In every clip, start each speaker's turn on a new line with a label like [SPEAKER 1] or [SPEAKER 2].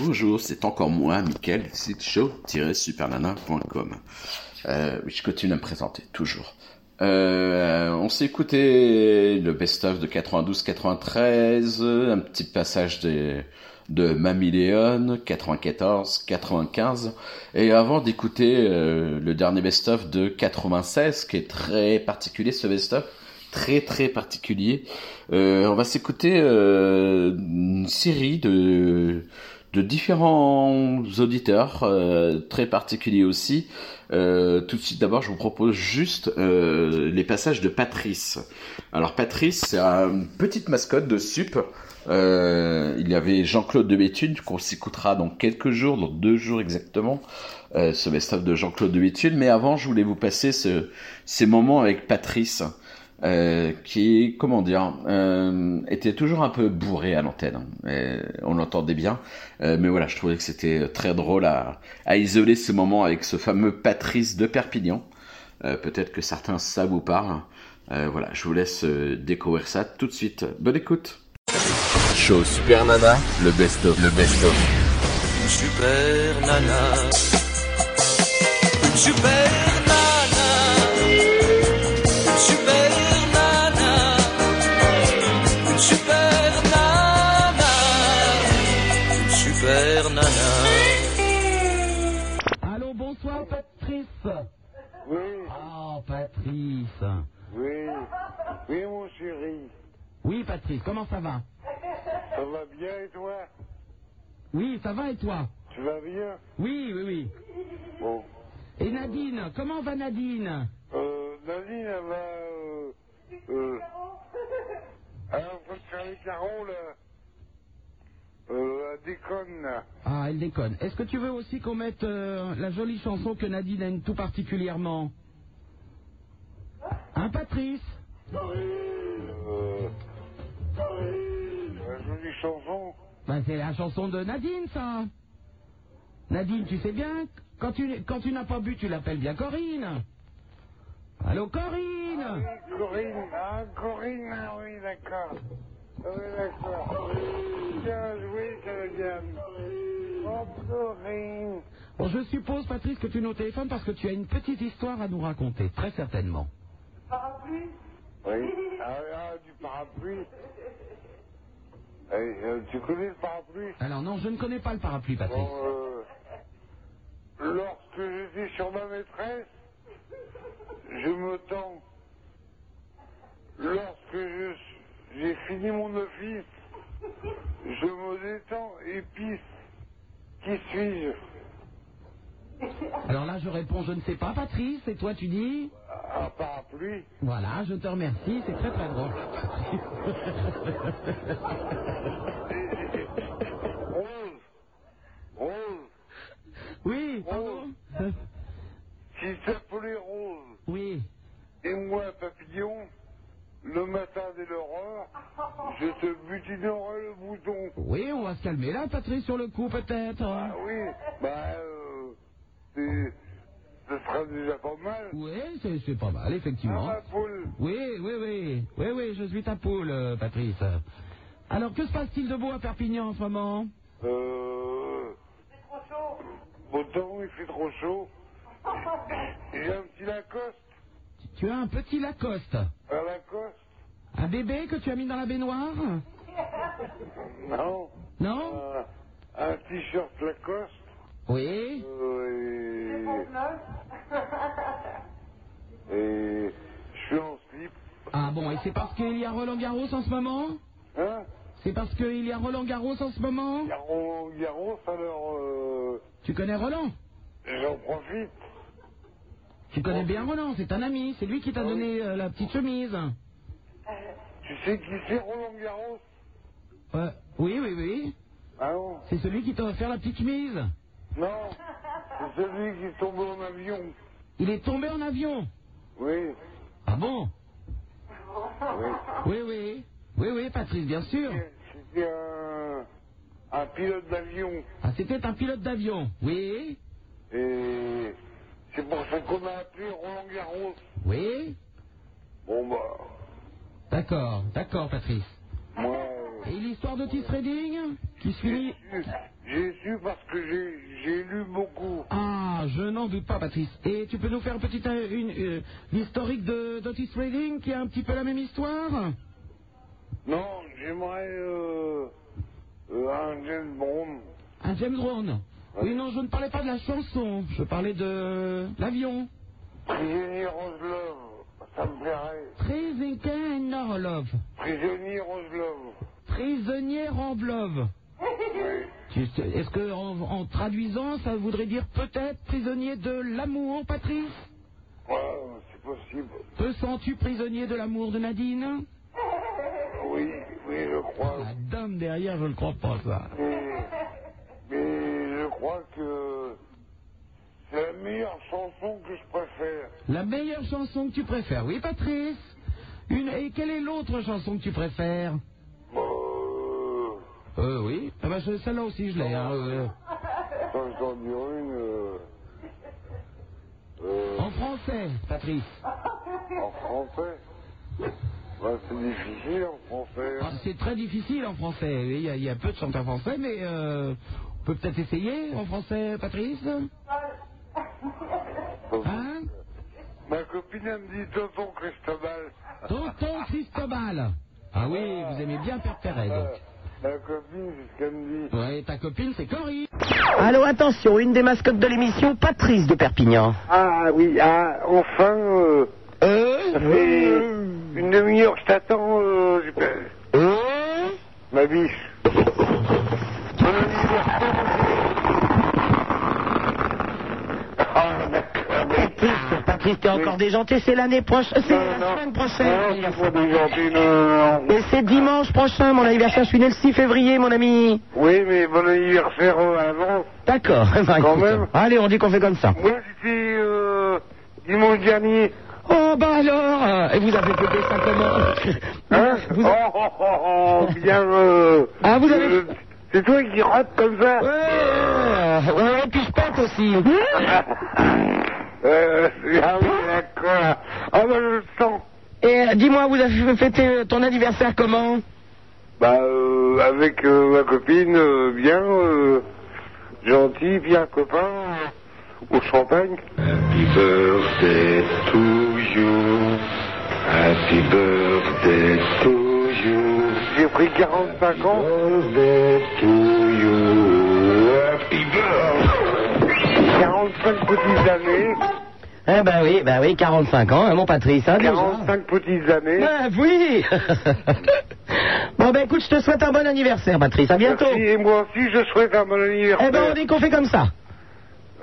[SPEAKER 1] Bonjour, c'est encore moi, Mickaël, site show-supernana.com. Euh, je continue à me présenter, toujours. Euh, on s'est écouté le best-of de 92-93, un petit passage des, de Mamie Léon, 94-95, et avant d'écouter euh, le dernier best-of de 96, qui est très particulier ce best-of, très très particulier, euh, on va s'écouter euh, une série de de différents auditeurs, euh, très particuliers aussi. Euh, tout de suite, d'abord, je vous propose juste euh, les passages de Patrice. Alors, Patrice, c'est une petite mascotte de SUP. Euh, il y avait Jean-Claude de Béthune, qu'on s'écoutera dans quelques jours, dans deux jours exactement, euh, ce best-of de Jean-Claude de Béthune. Mais avant, je voulais vous passer ce, ces moments avec Patrice. Euh, qui, comment dire, euh, était toujours un peu bourré à l'antenne. Euh, on l'entendait bien, Euh, mais voilà, je trouvais que c'était euh, très drôle à, à isoler ce moment avec ce fameux Patrice de Perpignan. Euh, Peut-être que certains ça vous parle. Euh, voilà, je vous laisse euh, découvrir ça tout de suite. Bonne écoute.
[SPEAKER 2] Show Super Nana, le best-of. Le best-of.
[SPEAKER 3] Super Nana. Super Nana. Super Nana. Super Nana. Super Nana.
[SPEAKER 4] Allô, bonsoir Patrice.
[SPEAKER 5] Oui,
[SPEAKER 4] Oh Patrice.
[SPEAKER 5] oui, oui mon chéri,
[SPEAKER 4] Oui Patrice, comment ça va
[SPEAKER 5] ça va bien et toi
[SPEAKER 4] Oui, ça va et toi
[SPEAKER 5] Tu vas bien
[SPEAKER 4] Oui, oui, oui.
[SPEAKER 5] Bon.
[SPEAKER 4] Et Nadine, comment va Nadine
[SPEAKER 5] Euh, Nadine, elle va... Euh, euh, elle est en train de faire les carreaux là. Euh, elle déconne là.
[SPEAKER 4] Ah, elle déconne. Est-ce que tu veux aussi qu'on mette euh, la jolie chanson que Nadine aime tout particulièrement Hein Patrice
[SPEAKER 5] Euh, la jolie chanson.
[SPEAKER 4] Ben, c'est la chanson de Nadine ça. Nadine, tu sais bien, quand tu, quand tu n'as pas bu, tu l'appelles bien Corinne. Allô Corinne
[SPEAKER 5] Corinne, ah Corinne, ah oui d'accord. Ah oui d'accord. Bien joué Canadienne. Oh Corinne.
[SPEAKER 4] Bon, je suppose, Patrice, que tu es au téléphone parce que tu as une petite histoire à nous raconter, très certainement.
[SPEAKER 5] Oui. Ah, ah, du parapluie. Eh, euh, tu connais le parapluie
[SPEAKER 4] Alors non, je ne connais pas le parapluie, Patrice.
[SPEAKER 5] Bon, euh, Lorsque j'étais sur ma maîtresse, je me tends. Lorsque je suis- j'ai fini mon office, je me détends et pisse. Qui suis-je
[SPEAKER 4] Alors là, je réponds, je ne sais pas, Patrice, et toi, tu dis
[SPEAKER 5] Un parapluie
[SPEAKER 4] Voilà, je te remercie, c'est très très drôle.
[SPEAKER 5] Rose Rose
[SPEAKER 4] Oui, pardon
[SPEAKER 5] Qui s'appelait Rose
[SPEAKER 4] Oui.
[SPEAKER 5] Et moi, papillon, le matin dès l'aurore, je te butinerai le bouton.
[SPEAKER 4] Oui, on va se calmer là, Patrice, sur le coup,
[SPEAKER 5] Ah
[SPEAKER 4] peut-être. hein.
[SPEAKER 5] oui, bah, euh, c'est- ce sera déjà pas mal.
[SPEAKER 4] Oui, c'est c'est pas mal,
[SPEAKER 5] Ah,
[SPEAKER 4] effectivement.
[SPEAKER 5] ma poule,
[SPEAKER 4] Oui, oui, oui. Oui, oui, je suis ta poule, euh, Patrice. Alors, que se passe-t-il de beau à Perpignan en ce moment
[SPEAKER 5] euh... Bon temps, il fait trop chaud. J'ai un petit Lacoste,
[SPEAKER 4] Tu as un petit Lacoste.
[SPEAKER 5] un Lacoste,
[SPEAKER 4] Un bébé que tu as mis dans la baignoire
[SPEAKER 5] non,
[SPEAKER 4] Non
[SPEAKER 5] un, un t-shirt Lacoste,
[SPEAKER 4] Oui.
[SPEAKER 5] euh, et... et je suis en slip,
[SPEAKER 4] Ah bon, et c'est parce qu'il y a Roland Garros en ce moment
[SPEAKER 5] hein
[SPEAKER 4] C'est parce qu'il y a Roland Garros en ce moment
[SPEAKER 5] Garros, Garros, alors euh,
[SPEAKER 4] Tu connais Roland
[SPEAKER 5] j'en profite.
[SPEAKER 4] Tu connais bien Roland, c'est un ami, c'est lui qui t'a donné euh, la petite chemise.
[SPEAKER 5] Tu sais qui c'est Roland Garros
[SPEAKER 4] Euh, oui, oui, oui.
[SPEAKER 5] Ah non
[SPEAKER 4] C'est celui qui t'a offert la petite chemise.
[SPEAKER 5] Non C'est celui qui est tombé en avion.
[SPEAKER 4] Il est tombé en avion.
[SPEAKER 5] Oui,
[SPEAKER 4] Ah bon
[SPEAKER 5] oui.
[SPEAKER 4] Oui, oui. Oui, oui, Patrice, bien sûr.
[SPEAKER 5] C'était un, un pilote d'avion.
[SPEAKER 4] Ah, c'était un pilote d'avion. Oui.
[SPEAKER 5] Et c'est pour ça qu'on a appelé Roland Garros.
[SPEAKER 4] Oui.
[SPEAKER 5] Bon bah,
[SPEAKER 4] D'accord, d'accord, Patrice.
[SPEAKER 5] moi, euh,
[SPEAKER 6] Et l'histoire d'Otis Redding Qui se finit
[SPEAKER 5] J'ai su parce que j'ai j'ai lu beaucoup.
[SPEAKER 6] Ah, je n'en doute pas, Patrice. Et tu peux nous faire un petit, euh, une, euh, l'historique de- d'Otis Redding qui a un petit peu la même histoire
[SPEAKER 5] Non, j'aimerais euh, euh, un James Brown.
[SPEAKER 6] Un James Brown. Oui, non, je ne parlais pas de la chanson. Je parlais de l'avion.
[SPEAKER 5] Prisonnier Roselove, ça me plairait.
[SPEAKER 6] Prisoner Orlov.
[SPEAKER 5] Prisonnier Roselove.
[SPEAKER 6] Prisonnière en blove. Tu sais- Est-ce que en, en traduisant, ça voudrait dire peut-être prisonnier de l'amour, Patrice
[SPEAKER 5] Ouais, c'est possible.
[SPEAKER 6] Te sens-tu prisonnier de l'amour de Nadine
[SPEAKER 5] Oui, oui, je crois.
[SPEAKER 6] La dame derrière, je ne crois pas ça.
[SPEAKER 5] Mais, mais je crois que c'est la meilleure chanson que je préfère.
[SPEAKER 6] La meilleure chanson que tu préfères, oui, Patrice Une, Et quelle est l'autre chanson que tu préfères
[SPEAKER 5] Euh,
[SPEAKER 6] Euh, oui. Ah bah, je- celle-là aussi, je l'ai. hein, euh.
[SPEAKER 5] quand je dois en dire une, euh, euh,
[SPEAKER 6] En français, Patrice.
[SPEAKER 5] en français, bah, c'est difficile en français. hein.
[SPEAKER 6] Ah, c'est très difficile en français. Il y, a, il y a peu de chanteurs français, mais euh, on peut peut-être essayer en français, Patrice
[SPEAKER 4] ah.
[SPEAKER 6] Hein
[SPEAKER 5] Ma copine, elle me dit Tonton Cristobal.
[SPEAKER 6] Tonton Cristobal. Ah oui, vous aimez bien faire Perret,
[SPEAKER 5] Euh,
[SPEAKER 6] donc.
[SPEAKER 5] ma copine, c'est ce qu'elle me dit.
[SPEAKER 6] Ouais, ta copine, c'est Corinne.
[SPEAKER 4] Allô, attention, une des mascottes de l'émission, Patrice de Perpignan.
[SPEAKER 5] Ah oui, ah, enfin, euh,
[SPEAKER 4] Hein
[SPEAKER 5] ça fait une demi-heure que je t'attends, euh, j'ai pas-
[SPEAKER 4] Hein
[SPEAKER 5] ma biche. Bon anniversaire, mon chéri. Ah, d'accord, mais-
[SPEAKER 4] Patrice, Patrice, t'es encore déjanté, c'est l'année prochaine, c'est la semaine prochaine.
[SPEAKER 5] Non, c'est pas des gentils, non, non, non.
[SPEAKER 4] Mais c'est dimanche prochain, mon anniversaire, je suis né le 6 février, mon ami.
[SPEAKER 5] Oui, mais bon anniversaire euh, avant.
[SPEAKER 4] D'accord. Bah,
[SPEAKER 5] Quand
[SPEAKER 4] écoute,
[SPEAKER 5] même.
[SPEAKER 4] Allez, on dit qu'on fait comme ça.
[SPEAKER 5] Moi, c'était euh, dimanche dernier.
[SPEAKER 4] Oh, bah alors euh, Et vous avez fêté ça comment
[SPEAKER 5] Hein
[SPEAKER 4] Ah, Vous-
[SPEAKER 5] oh, oh, oh, oh, bien. euh,
[SPEAKER 4] Ah, vous avez-
[SPEAKER 5] euh, C'est toi qui rappe comme
[SPEAKER 4] Oh.
[SPEAKER 5] ça
[SPEAKER 4] Ouais, ouais, et puis je pète aussi.
[SPEAKER 5] Euh, Ah oui, d'accord. Ah, bah, je le sens.
[SPEAKER 4] Et euh, dis-moi, vous avez fêté euh, ton anniversaire comment
[SPEAKER 5] Bah, euh, avec euh, ma copine, euh, bien euh, gentil, bien copain, euh, au champagne.
[SPEAKER 7] Happy birthday to you. Happy birthday to you.
[SPEAKER 5] J'ai pris 45 ans.
[SPEAKER 7] Birthday to you. Happy birthday.
[SPEAKER 5] 45 petites années,
[SPEAKER 4] Eh ben oui, ben oui, 45 ans, hein, mon Patrice, hein, déjà.
[SPEAKER 5] 45 petites années.
[SPEAKER 4] Ben oui Bon ben écoute, je te souhaite un bon anniversaire, Patrice, à bientôt.
[SPEAKER 5] Merci, et moi aussi je souhaite un bon
[SPEAKER 4] Eh
[SPEAKER 5] anniversaire.
[SPEAKER 4] ben on dit qu'on fait comme ça.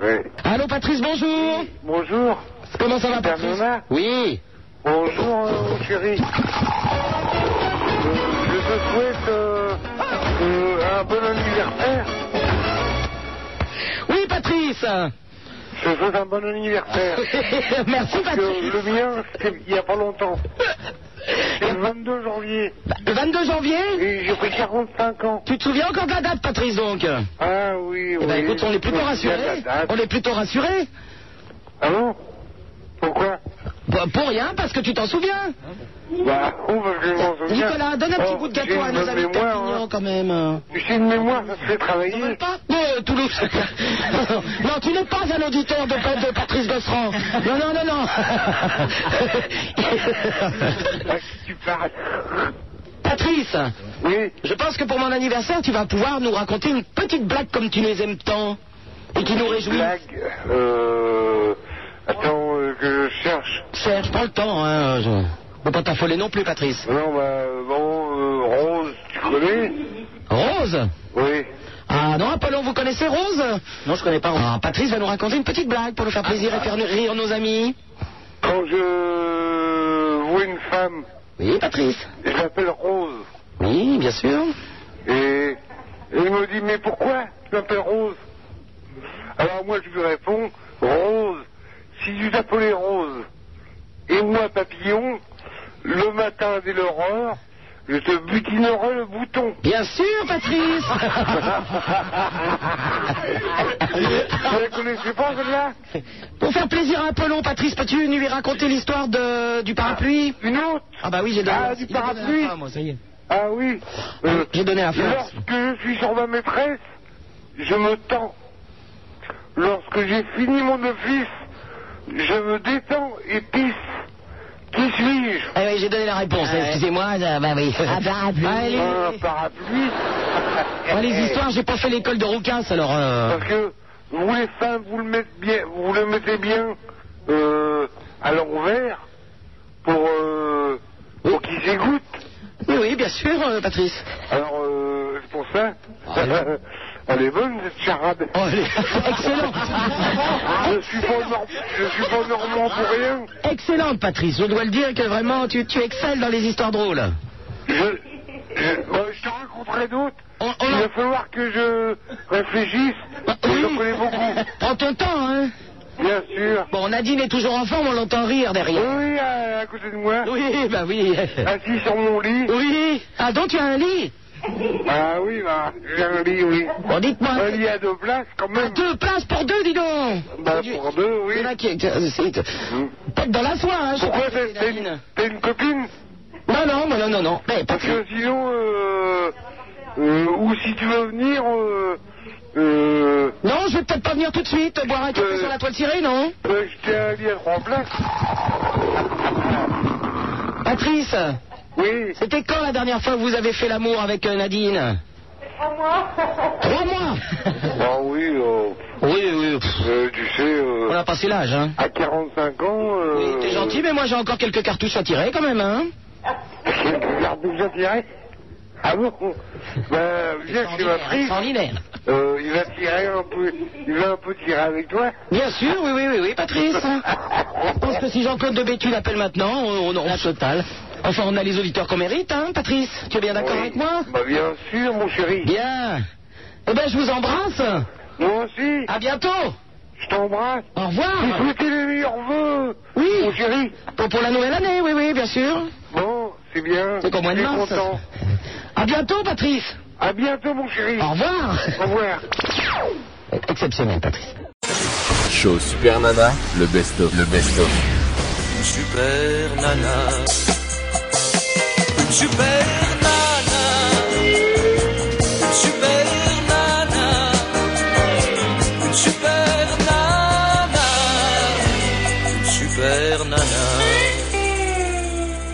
[SPEAKER 5] Ouais.
[SPEAKER 4] Allô Patrice, bonjour
[SPEAKER 5] Bonjour,
[SPEAKER 4] Comment ça va
[SPEAKER 5] Super
[SPEAKER 4] Patrice
[SPEAKER 5] Nana
[SPEAKER 4] Oui
[SPEAKER 5] bonjour euh, mon chéri. Euh, je te souhaite euh, euh, un bon anniversaire.
[SPEAKER 4] Oui Patrice
[SPEAKER 5] Je te souhaite un bon anniversaire.
[SPEAKER 4] Merci
[SPEAKER 5] Que le
[SPEAKER 4] Patrice
[SPEAKER 5] mien, c'était il n'y a pas longtemps. C'est le 22 janvier.
[SPEAKER 4] Bah, Le 22 janvier
[SPEAKER 5] Et j'ai pris 45 ans.
[SPEAKER 4] Tu te souviens encore de la date Patrice donc Eh
[SPEAKER 5] Ah oui, oui.
[SPEAKER 4] ben écoute, on est plutôt
[SPEAKER 5] Je me souviens de la
[SPEAKER 4] rassurés.
[SPEAKER 5] date.
[SPEAKER 4] On est plutôt rassurés.
[SPEAKER 5] Ah bon Pourquoi
[SPEAKER 4] Bah, Pour rien, parce que tu t'en souviens.
[SPEAKER 5] Bah, oh, parce que je m'en souviens.
[SPEAKER 4] Nicolas, donne un petit
[SPEAKER 5] Oh,
[SPEAKER 4] bout de gâteau
[SPEAKER 5] j'ai
[SPEAKER 4] à
[SPEAKER 5] une
[SPEAKER 4] nos
[SPEAKER 5] bonne
[SPEAKER 4] amis de
[SPEAKER 5] mémoire,
[SPEAKER 4] Perpignan
[SPEAKER 5] hein.
[SPEAKER 4] quand même.
[SPEAKER 5] J'ai une mémoire, ça se fait
[SPEAKER 4] Tu n'es
[SPEAKER 5] travailler.
[SPEAKER 4] pas Non, euh, Toulouse. non, tu n'es pas un auditeur de, de Patrice Gosserand. Non, non, non, non.
[SPEAKER 5] À qui tu parles
[SPEAKER 4] Patrice,
[SPEAKER 5] Oui,
[SPEAKER 4] je pense que pour mon anniversaire, tu vas pouvoir nous raconter une petite blague comme tu les aimes tant et qui nous réjouit.
[SPEAKER 5] blague. Euh. Attends, euh, que je cherche.
[SPEAKER 4] Serge, prends le temps. Hein. Je... on peut pas t'affoler non plus, Patrice.
[SPEAKER 5] Non, bah, bon, euh, Rose, tu connais
[SPEAKER 4] Rose
[SPEAKER 5] Oui.
[SPEAKER 4] Ah non, Apollon, vous connaissez Rose Non, je connais pas Rose. Ah, Patrice va nous raconter une petite blague pour nous faire plaisir et faire rire nos amis.
[SPEAKER 5] Quand je vois une femme,
[SPEAKER 4] Oui, Patrice.
[SPEAKER 5] je l'appelle Rose.
[SPEAKER 4] Oui, bien sûr.
[SPEAKER 5] Et elle me dit, mais pourquoi tu m'appelles Rose Alors moi je lui réponds, Rose, si tu t'appelais Rose, et moi papillon, le matin dès l'aurore, je te butinerai le bouton.
[SPEAKER 4] Bien sûr, Patrice
[SPEAKER 5] Vous la connaissez pas celle-là
[SPEAKER 4] Pour faire plaisir à Apollon, Patrice, peux-tu lui raconter l'histoire de, du parapluie
[SPEAKER 5] Une autre
[SPEAKER 4] Ah bah oui, j'ai donné-
[SPEAKER 5] Ah, du
[SPEAKER 4] il a donné la
[SPEAKER 5] parapluie
[SPEAKER 4] fin, moi, ça y est.
[SPEAKER 5] Ah oui euh,
[SPEAKER 4] J'ai donné à Florence.
[SPEAKER 5] Lorsque je suis sur ma maîtresse, je me tends. Lorsque j'ai fini mon office, je me détends et pisse. Qui suis-je
[SPEAKER 4] Ah oui, j'ai donné la réponse. Excusez-moi, euh, bah oui. Ah allez,
[SPEAKER 5] Un parapluie
[SPEAKER 4] Ouais, les histoires, j'ai pas fait l'école de rouquins, alors. euh,
[SPEAKER 5] Parce que vous les femmes, vous le mettez bien, vous le mettez bien euh, à l'envers pour, euh, pour qu'ils s'égouttent.
[SPEAKER 4] Oui, oui, bien sûr, euh, Patrice.
[SPEAKER 5] Alors, euh, c'est pour ça.
[SPEAKER 4] Ah, Allez.
[SPEAKER 5] Elle est bonne cette charade.
[SPEAKER 4] Oh, allez. Excellent.
[SPEAKER 5] Je suis pas nor- je suis pas normand pour rien.
[SPEAKER 4] Excellente, Patrice. Je dois le dire que vraiment, tu, tu excelles dans les histoires drôles.
[SPEAKER 5] Je, je, bon, je te raconterai d'autres.
[SPEAKER 4] On- on-
[SPEAKER 5] Il va falloir que je réfléchisse. Je
[SPEAKER 4] Oui.
[SPEAKER 5] J'en connais beaucoup,
[SPEAKER 4] Prends ton temps, hein.
[SPEAKER 5] bien sûr.
[SPEAKER 4] Bon, Nadine est toujours en forme, on l'entend rire
[SPEAKER 5] Oui,
[SPEAKER 4] derrière.
[SPEAKER 5] oui, à, à côté de moi,
[SPEAKER 4] Oui, bah oui.
[SPEAKER 5] assis sur mon lit.
[SPEAKER 4] Oui. Ah, donc tu as un lit
[SPEAKER 5] Ah oui, bah, j'ai un lit, oui.
[SPEAKER 4] Bon, dites-moi.
[SPEAKER 5] Un lit à deux places, quand
[SPEAKER 4] Ah,
[SPEAKER 5] même.
[SPEAKER 4] deux places pour deux, dis donc.
[SPEAKER 5] Bah, pour deux,
[SPEAKER 4] Il y
[SPEAKER 5] oui. Hmm.
[SPEAKER 4] en a qui. euh, c'est- Peut-être dans la foi, hein. je sais
[SPEAKER 5] Pourquoi
[SPEAKER 4] pas,
[SPEAKER 5] t'es t'es une,
[SPEAKER 4] Nadine.
[SPEAKER 5] t'es une copine
[SPEAKER 4] Non, non, non, non, non, non. Mais
[SPEAKER 5] Parce
[SPEAKER 4] Patrice.
[SPEAKER 5] que sinon, euh, euh, ou si tu veux venir, euh, euh,
[SPEAKER 4] Non, je vais peut-être pas venir tout de suite boire un café
[SPEAKER 5] Euh.
[SPEAKER 4] sur la toile tirée, non
[SPEAKER 5] euh, je t'ai un lit à trois places.
[SPEAKER 4] Patrice,
[SPEAKER 5] Oui,
[SPEAKER 4] c'était quand la dernière fois que vous avez fait l'amour avec euh, Nadine Trois mois
[SPEAKER 5] ah oui, euh,
[SPEAKER 4] Oui, oui, pff,
[SPEAKER 5] euh, tu sais,
[SPEAKER 4] on
[SPEAKER 5] euh,
[SPEAKER 4] a passé l'âge, hein.
[SPEAKER 5] à 45 ans...
[SPEAKER 4] Oui,
[SPEAKER 5] Euh,
[SPEAKER 4] t'es gentil, mais moi j'ai encore quelques cartouches à tirer quand même, hein.
[SPEAKER 5] Regarde où tirer. Ah bon Ben, viens chez ma
[SPEAKER 4] Extraordinaire,
[SPEAKER 5] fille.
[SPEAKER 4] extraordinaire.
[SPEAKER 5] Euh, il va tirer un peu. Il va un peu tirer avec toi.
[SPEAKER 4] Bien sûr, oui, oui, oui, oui, Patrice. Je pense que si Jean-Claude de Béthune appelle maintenant, on, on, on se tale. Enfin, on a les auditeurs qu'on mérite, hein, Patrice Tu es bien d'accord
[SPEAKER 5] Oui.
[SPEAKER 4] avec moi
[SPEAKER 5] Bah, bien sûr, mon chéri.
[SPEAKER 4] Bien. Eh ben, je vous embrasse.
[SPEAKER 5] Moi aussi,
[SPEAKER 4] À bientôt.
[SPEAKER 5] je t'embrasse.
[SPEAKER 4] Au revoir.
[SPEAKER 5] Écoutez les meilleurs vœux,
[SPEAKER 4] Oui.
[SPEAKER 5] mon chéri.
[SPEAKER 4] Pour, pour la nouvelle année, oui, oui, bien sûr.
[SPEAKER 5] Bon, c'est bien.
[SPEAKER 4] C'est qu'au mois de
[SPEAKER 5] Je suis
[SPEAKER 4] mars.
[SPEAKER 5] content.
[SPEAKER 4] À bientôt, Patrice.
[SPEAKER 5] À bientôt, mon chéri.
[SPEAKER 4] Au revoir.
[SPEAKER 5] Au revoir.
[SPEAKER 4] Exceptionnel, Patrice.
[SPEAKER 7] Show Super Nana, le best-of. Le best-of.
[SPEAKER 3] Une super nana. Une super